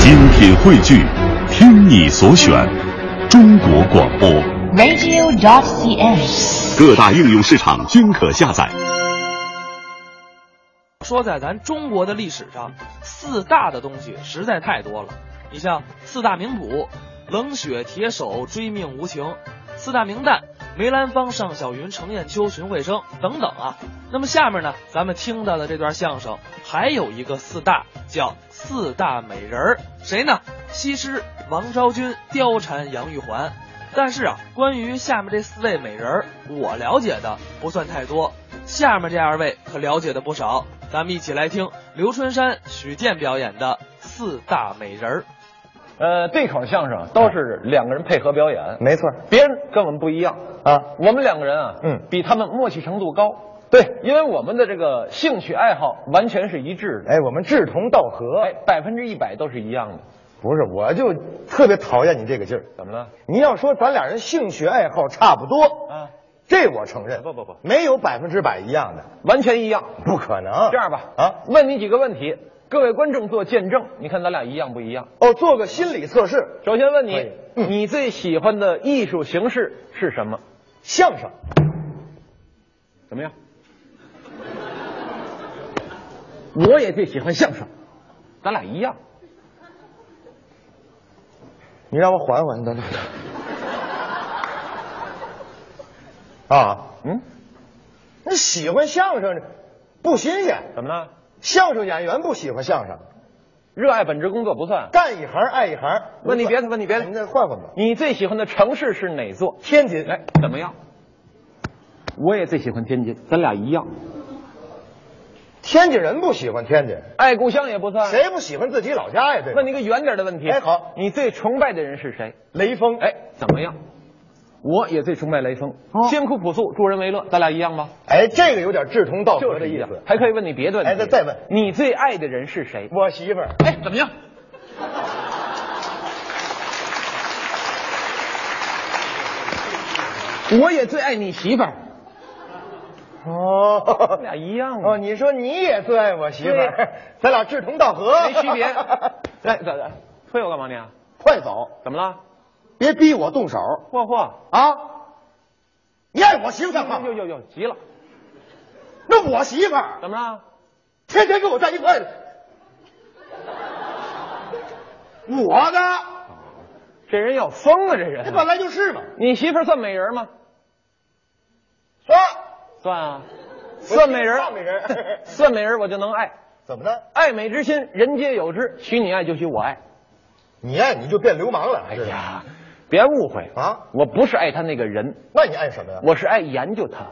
精品汇聚，听你所选，中国广播。 radio.cn。各大应用市场均可下载。说在咱中国的历史上，四大的东西实在太多了。你像四大名捕、冷血铁手、追命无情、四大名旦、梅兰芳、尚小云、程砚秋、荀慧生等等啊。那么下面呢，咱们听到的这段相声还有一个四大，叫四大美人儿，谁呢？西施、王昭君、貂蝉、杨玉环。但是啊，关于下面这四位美人儿，我了解的不算太多，下面这二位可了解的不少。咱们一起来听刘春山、许健表演的四大美人儿。呃，对口相声都是两个人配合表演，啊没错，别人跟我们不一样啊我们两个人啊，嗯比他们默契程度高。对，因为我们的这个兴趣爱好完全是一致的，哎，我们志同道合。哎，百分之一百都是一样的。不是，我就特别讨厌你这个劲儿。怎么了？你要说咱俩人兴趣爱好差不多，啊，这我承认。不不不没有百分之百一样的，完全一样。不可能。这样吧，啊，问你几个问题，各位观众做见证，你看咱俩一样不一样？哦，做个心理测试，首先问可你以，嗯你最喜欢的艺术形式是什么？相声怎么样？我也最喜欢相声，咱俩一样。你让我缓缓的。啊，嗯，你喜欢相声不新鲜，怎么了？相声演员不喜欢相声，热爱本职工作不算。干一行爱一行。问你别的问你别的您再换换吧。你最喜欢的城市是哪座？天津，哎来，哎怎么样？我也最喜欢天津，咱俩一样。天津人不喜欢天津，爱故乡也不算。？谁不喜欢自己老家呀？对吧问你个远点的问题。哎好你最崇拜的人是谁？雷锋，哎哎，怎么样？我也最崇拜雷锋，哦艰苦朴素，助人为乐，咱俩一样吗？哎，这个有点志同道合是的意一样思。还可以问你别的问题。哎再再问你最爱的人是谁？我媳妇儿，哎，怎么样？我也最爱你媳妇儿，咱哦俩一样啊哦，。你说你也最爱 我媳妇儿，咱俩志同道合，没 区别。哎来，咋的？推我干嘛你、啊？快走，怎么了？别逼我动手嚯嚯！啊！你爱我媳妇干嘛？哎呦呦呦，急了！那我媳妇儿怎么了？天天跟我在一块儿，我呢，这人要疯了，这这人。本来就是嘛。你媳妇儿算美人吗？算算啊，算美人，算美人算美人，我就能爱。 怎么的？爱美之心，人皆有之。许你爱，就许我爱。你爱你就变流氓了？哎是吧，呀，别误会啊我不是爱他那个人，那你爱什么呀？我是爱研究他。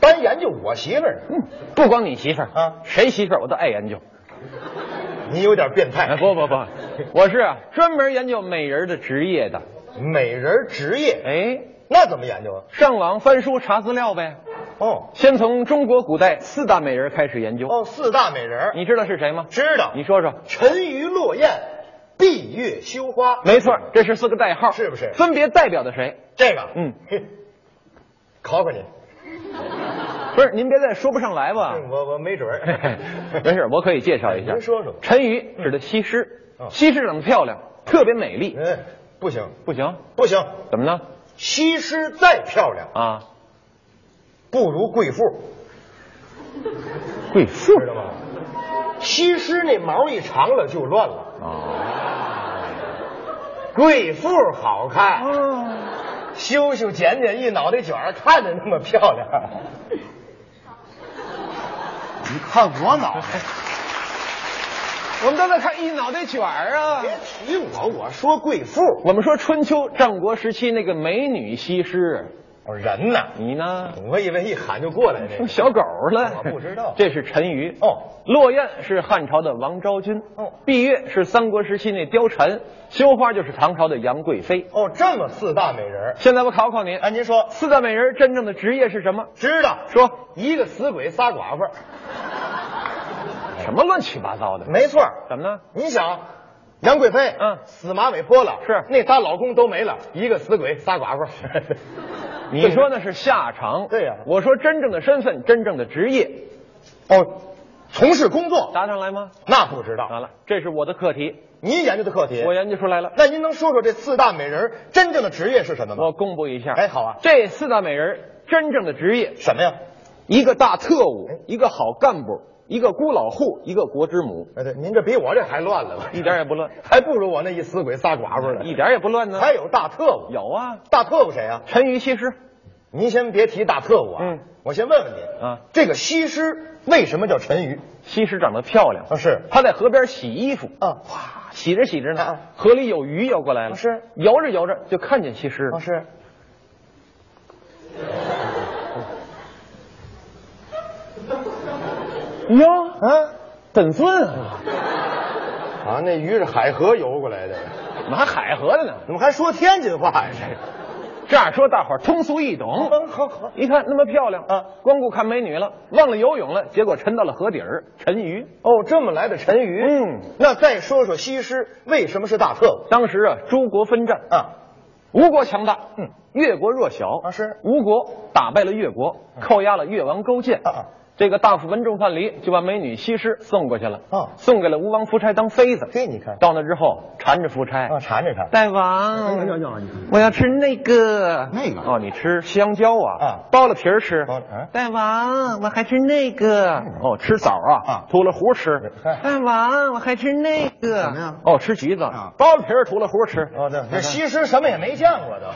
单研究我媳妇儿，嗯，不光你媳妇儿啊谁媳妇儿我都爱研究。你有点变 态哎，。不不不，我是啊专门研究美人的职业的。美人职业，哎，那怎么研究啊？上网翻书查资料呗。哦先从中国古代四大美人开始研究。哦，四大美人儿，你知道是谁吗？知道？你说说。沉鱼落雁，闭月羞花，没错，这是四个代号，是不是分别代表的谁？这个，嗯嘿，考考你，不是，您别再说不上来吧。嗯我我没 准儿，没事，我可以介绍一下。您说说沉鱼指的西施嗯，西施长得漂亮，特别美丽。嗯，不行不行，不行，怎么了？西施再漂亮，啊，不如贵妇，贵妇知道吗？西施那毛一长了就乱了，贵妇好看，哦，修修剪剪一脑袋卷儿，看着那么漂亮。你看我 脑袋，我们刚才看一脑袋卷儿啊。别提我，我说贵妇，我们说春秋战国时期那个美女西施，我哦人呢？你呢？我以为一喊就过来那成个。 小狗了，我不知道这是沉鱼哦。落雁是汉朝的王昭君哦闭月是三国时期那貂蝉，羞花就是唐朝的杨贵妃。哦，这么四大美人儿。现在我考考您，哎，您说四大美人真正的职业是什么？知道？说一个死鬼，仨寡妇儿，什么乱七八糟的？没错儿。怎么呢？你想，杨贵妃，嗯死马尾坡了，是那仨老公都没了，一个死鬼，仨寡妇 儿。你说那是下场。对呀我说真正的身份，真正的职业，哦，从事工作，答上来吗？那不知答道。了，这是我的课题，您研究的课题，啊我研究出来了。那您能说说这四大美人儿真正的职业是什么吗？我公布一下，哎，，好啊，这四大美人儿真正的职业，什么呀？一个大特务，一个好干部，一个孤老户，一个国之母，哎，对，您这比我这还乱了吧？一点也不乱，还不如我那一死鬼仨寡妇呢。一点也不乱呢。还有大特务，有啊，大特务谁啊？沉鱼西施，您先别提大特务啊，嗯，我先问问您啊，这个西施为什么叫沉鱼？西施长得漂亮，啊是她在河边洗衣服，啊，哇，洗着洗着呢啊，河里有鱼游过来了，啊是摇着摇着就看见西施了啊，是，哟，啊本尊啊，啊，那鱼是海河游过来的，怎么还海河的呢？怎么还说天津话呀？这个这样说大伙儿通俗易懂。嗯好好一看那么漂亮啊，光顾看美女了，忘了游泳了，结果沉到了河底儿，沉鱼。哦，这么来的沉鱼，嗯，那再说说西施为什么是大特务当时啊，诸国分战，啊？吴国强大，嗯，越国弱小。啊是嗯吴国打败了越国，扣押了越王勾践。啊啊这个大夫文仲范蠡就把美女西施送过去了，啊送给了吴王夫差当妃子。嘿，你看到那之后，缠着夫差，啊，哎缠着他，大王，我要吃那个那个哦，你吃香蕉啊？啊剥了皮儿吃剥了啊。大王，我还吃那个哦，吃枣啊啊，吐了核吃哎。大王，我还吃那个什么呀哦，吃橘子，啊剥了皮儿吐了核吃。哦，对，这西施什么也没见过 都，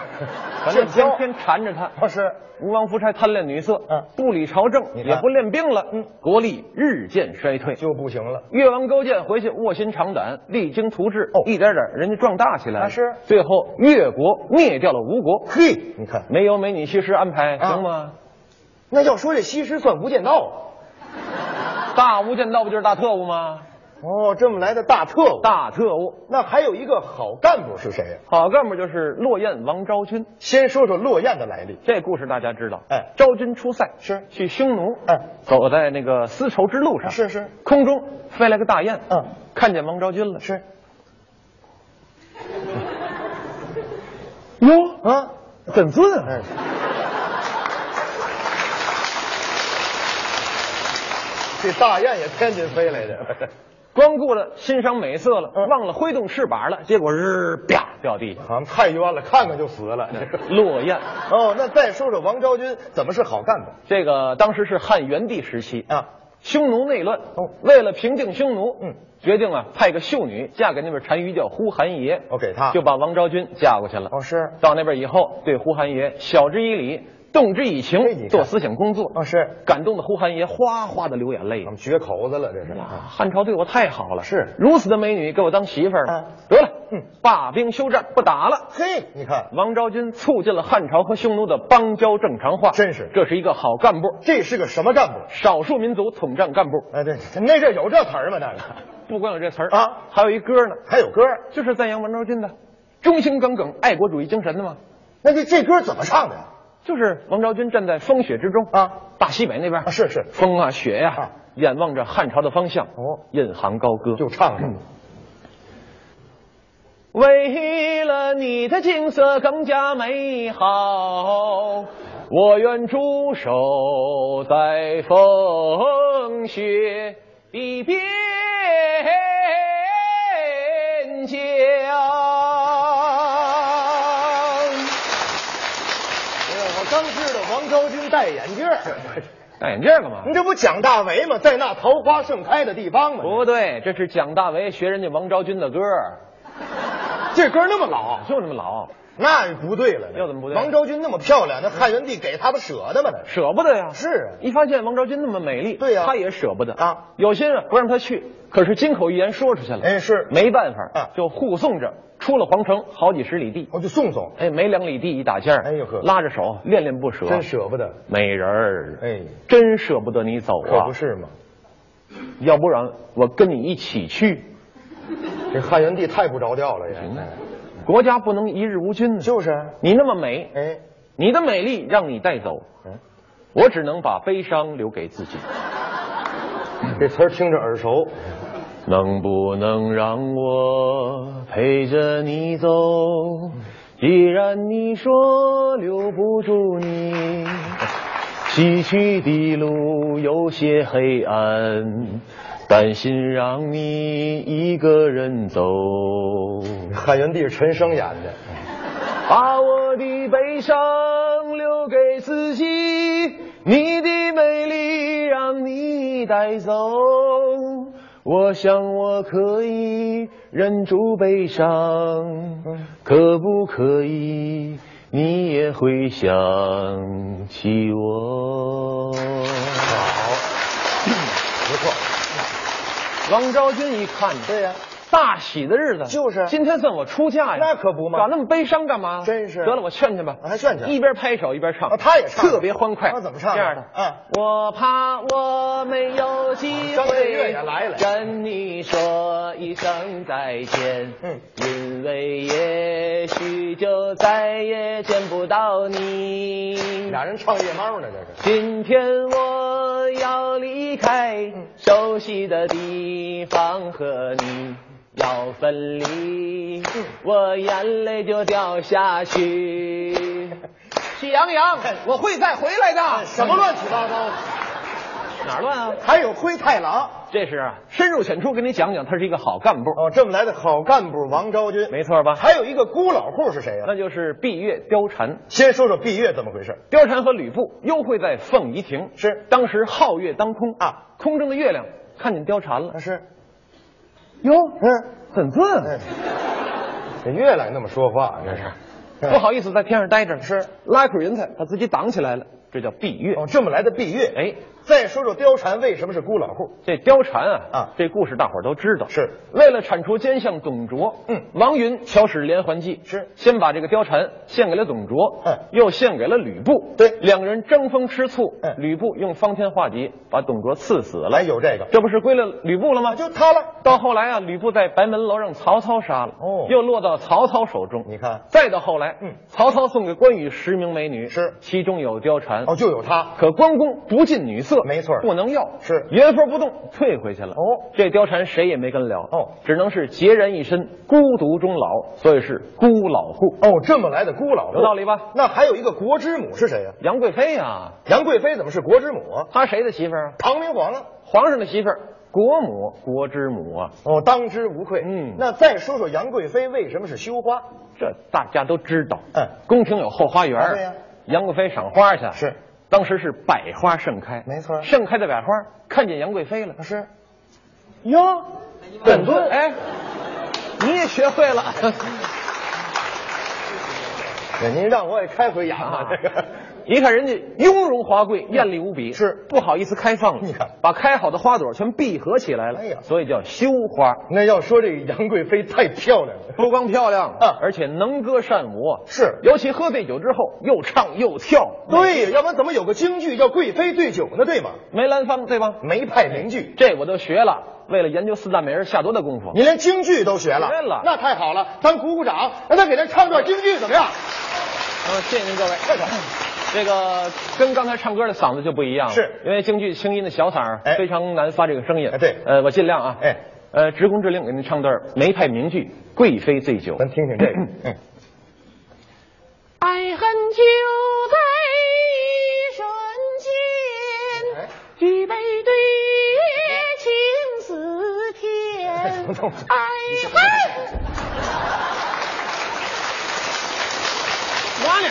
反正天天缠着他。不是吴王夫差贪恋女色，嗯不理朝政，你看也不练兵了，嗯，国力日渐衰退。就不行了，越王勾践回去卧薪尝胆，励精图治，哦一点点人家壮大起来了。啊是最后越国灭掉了吴国，嘿，你看没有美女西施安排啊行吗？那要说这西施算无间道啊。大无间道不就是大特务吗？哦，这么来的大特务，大特务，那还有一个好干部是谁呀、好干部就是骆雁王昭君。先说说骆雁的来历。这故事大家知道，哎昭君出塞是去匈奴，哎，走在那个丝绸之路上，是是，空中飞来个大雁，嗯，看见王昭君了，是哟，啊，本尊啊，哎，这大雁也天津飞来的，光顾了欣赏美色了，嗯忘了挥动翅膀了，结果是啪掉地下。好像太冤了，看看就死了。落雁， 哦，那再说说王昭君怎么是好干部这个当时是汉元帝时期，啊？匈奴内乱，哦为了平定匈奴，嗯，决定啊派个秀女嫁给那边单于叫呼韩邪，我哦给她就把王昭君嫁过去了。哦，是到那边以后，对呼韩邪晓之以理，动之以嘿你情，看做思想工作。哦，是，哦感动的呼韩邪哗哗的流眼泪我。们绝口子了，这是。啊汉朝对我太好了，是如此的美女给我当媳妇儿啊了。得了，嗯，罢兵休战，不打了。嘿，你看，王昭君促进了汉朝和匈奴的邦交正常化，真是这是一个好干部，这是个什么干部？少数民族统战干部。哎，对，那阵有这词儿吗？那个不光有这词儿啊还有一歌呢，还有歌儿，就是赞扬王昭君的，忠心耿耿、爱国主义精神的嘛。 那这这歌怎么唱的呀？就是王昭君站在风雪之中啊，大西北那边、啊是是风啊雪呀、啊眼望着汉朝的方向，哦引吭高歌，就唱上了。为了你的景色更加美好，我愿驻守在风雪的边疆。哎呀我刚知道王昭君戴眼镜儿， 戴眼镜干嘛你？这不蒋大为吗？在那桃花盛开的地方吗？不对，这是蒋大为学人家王昭君的歌，哎这歌那么老，就那么老，那不对了。又怎么不对王昭君那么漂亮，那汉元帝给她的舍得吗？那是舍不得呀。是啊一发现王昭君那么美丽，对呀他也舍不得啊。有心啊不让她去，可是金口玉言说出去了，哎是没办法，啊就护送着出了皇城好几十里地，我就送送，哎，没两里地一打尖儿，哎呦呵拉着手恋恋不舍，真舍不得。美人儿，哎，真舍不得你走可啊不，是嘛，要不然我跟你一起去，这汉元帝太不着调了也。啊哎国家不能一日无君呢。就是，啊你那么美，哎，你的美丽让你带走嗯，我只能把悲伤留给自己。这词儿听着耳熟。能不能让我陪着你走？既然你说留不住你，崎岖的路有些黑暗，担心让你一个人走。汉元帝陈升演的，把我的悲伤留给自己，你的美丽让你带走。我想我可以忍住悲伤，可不可以你也会想起我？不错，王昭君一看，对呀、大喜的日子就是今天算我出嫁呀，那可不嘛搞那么悲伤干嘛？真是得了，我劝劝吧，还劝劝一边拍手一边唱，啊他也唱特别欢快。他怎么唱的这样的，嗯，我怕我没有机张震会岳也来了跟你说一声再见，嗯，因为也许就再也见不到你。俩人唱夜猫呢，这是。今天我要离开熟悉的地方，和你要分离，我眼泪就掉下去。 喜羊羊，哎我会再回来的。哎什么乱七八糟的？哪儿乱啊？还有灰太狼这是啊，深入浅出给你讲讲，他是一个好干部，哦，这么来的好干部王昭君，没错吧？还有一个孤老户是谁呀、那就是闭月貂蝉。先说说闭月怎么回事？貂蝉和吕布幽会在凤仪亭，是当时皓月当空啊，空中的月亮看见貂蝉了，是，哟，嗯，很俊啊。哎这月亮那么说话，啊这是不好意思，在天上待着，是拉口云彩，把自己挡起来了，这叫闭月。哦，这么来的闭月。哎，再说说貂蝉为什么是孤老户？这貂蝉啊，啊这故事大伙儿都知道，是为了铲除奸相董卓，嗯王允巧使连环计，是先把这个貂蝉献给了董卓，嗯又献给了吕布，对两个人争风吃醋，嗯吕布用方天画戟把董卓刺死了，来有这个，这不是归了吕布了吗？就他了。到后来啊，吕布在白门楼让曹操杀了，哦又落到曹操手中。你看再到后来，嗯曹操送给关羽十名美女，是其中有貂蝉。哦，就有他。可关公不近女色，没错不能要，是原封不动退回去了。哦，这貂蝉谁也没跟了，哦只能是孑然一身，孤独终老，所以是孤老户，哦，这么来的孤老户有道理吧？那还有一个国之母是谁呀、杨贵妃啊，杨贵妃怎么是国之母啊？她谁的媳妇儿啊？唐明皇啊？皇上的媳妇儿，国母，国之母啊，哦，当之无愧。嗯那再说说杨贵妃为什么是羞花？这大家都知道。嗯宫廷有后花园儿，啊对呀杨贵妃赏花去，是，当时是百花盛开，没错盛开的百花看见杨贵妃了，是，哟，本尊哎，你也学会了。 您让我也开回眼啊，这个。一看人家雍容华贵，艳丽无比，是不好意思开放了。你看把开好的花朵全闭合起来了，哎呀所以叫羞花。那要说这个杨贵妃太漂亮了，不光漂亮，嗯而且能歌善舞啊。 是尤其喝醉酒之后，又唱又跳。对呀，要不然怎么有个京剧叫《贵妃醉酒》呢？对吗？梅兰芳对吧？梅派名剧，这我都学了，为了研究四大美人下多大功夫。您连京剧都学了， 学了那太好了，咱鼓鼓掌，让他给咱唱段京剧怎么样？嗯，谢谢您各位。这个跟刚才唱歌的嗓子就不一样了，是 因为京剧清音的小嗓儿哎非常难发这个声音。哎对呃，我尽量啊。哎，呃，职工之令给您唱段儿梅派名剧《贵妃醉酒》。咱听听这个，嗯，爱恨就在一瞬间，举杯对月情似天。 爱恨，妈呀！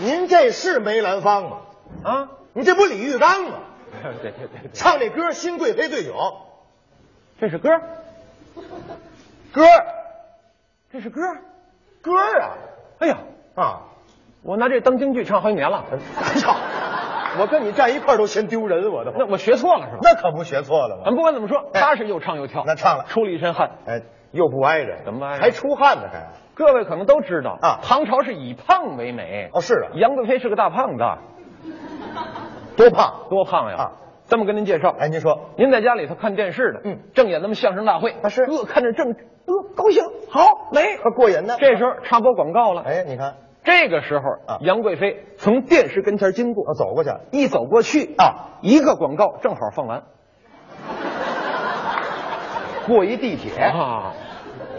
您这是梅兰芳吗？啊，你这不李玉刚吗？对对对，唱这歌《新贵妃醉酒》，这是歌儿，歌这是歌儿。歌啊哎呀，啊！ 我拿这当京剧唱好几年了，操，我跟你站一块儿都嫌丢人，我都那我学错了是吧？那可不学错了咱吗？不管怎么说，哎他是又唱又跳，那唱了出了一身汗。哎，又不挨着，怎么不挨着还出汗呢？还各位可能都知道啊唐朝是以胖为美。哦，是啊，杨贵妃是个大胖子，多胖！多胖呀！啊这么跟您介绍，哎，您说您在家里头看电视的，嗯，正演咱们相声大会，啊是呃，看着正，呃，高兴，好美。可哎过瘾呢？这时候插播广告了，哎，你看，这个时候啊杨贵妃从电视跟前经过我，走过去，一走过去啊，一个广告正好放完过一地铁，啊，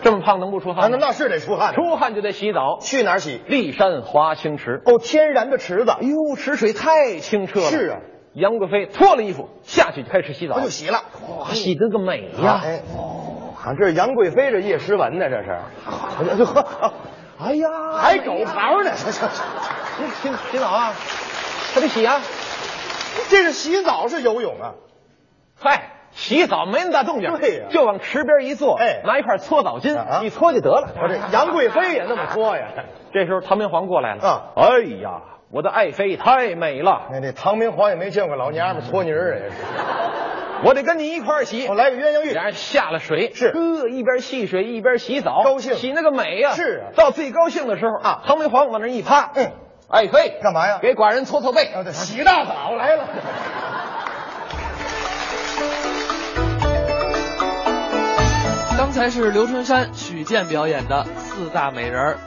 这么胖能不出哎啊，汗那吗？那是得出汗。哦出汗就得洗澡，去哪儿洗？骊山华清池。哦，天然的池子哎，呦，池水太清澈了。是啊，哎杨贵妃脱了衣服下去就开始洗澡我就，洗了。哇，洗得个美呀，呀！哎，啊，这是杨贵妃这叶诗文呢，这是。哎呀，还狗刨呢，这这洗洗澡啊，还得洗啊！这是洗澡是游泳啊？嗨，洗澡没那么大动静，对呀就往池边一坐，哎拿一块搓澡巾啊一搓就得了。我这杨贵妃也那么说呀。这时候唐明皇过来了，啊哎呀，我的爱妃太美了，那这唐明皇也没见过老娘们搓泥儿啊，也是。我得跟你一块儿洗我。来个鸳鸯浴然，后下了水，哦是呵，一边戏水一边洗澡，高兴洗那个美呀、是啊到最高兴的时候啊唐明皇往那儿一趴，嗯，爱妃干嘛呀给寡人搓搓背。啊，对，洗大澡来了。刚才是刘春山、许健表演的四大美人儿。